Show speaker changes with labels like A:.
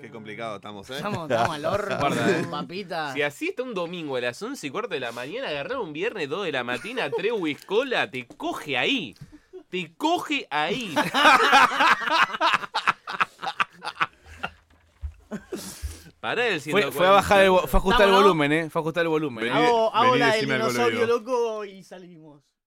A: Qué complicado estamos, ¿eh?
B: Estamos, estamos al horno,
C: Guarda, eh.
B: papita.
C: Si así está un domingo a las 11 y cuarto de la mañana, agarrar un viernes 2 de la mañana, tres whiskola, te coge ahí. Te coge ahí. Pará el
D: Fue, fue a bajar el, vo- fue a ajustar el
B: Vámonos.
D: volumen, eh. Fue a ajustar el volumen.
A: Vení,
D: eh.
B: Hago, hago
A: vení,
B: la del
A: decime algo,
B: dinosaurio
A: Diego.
B: loco y salimos.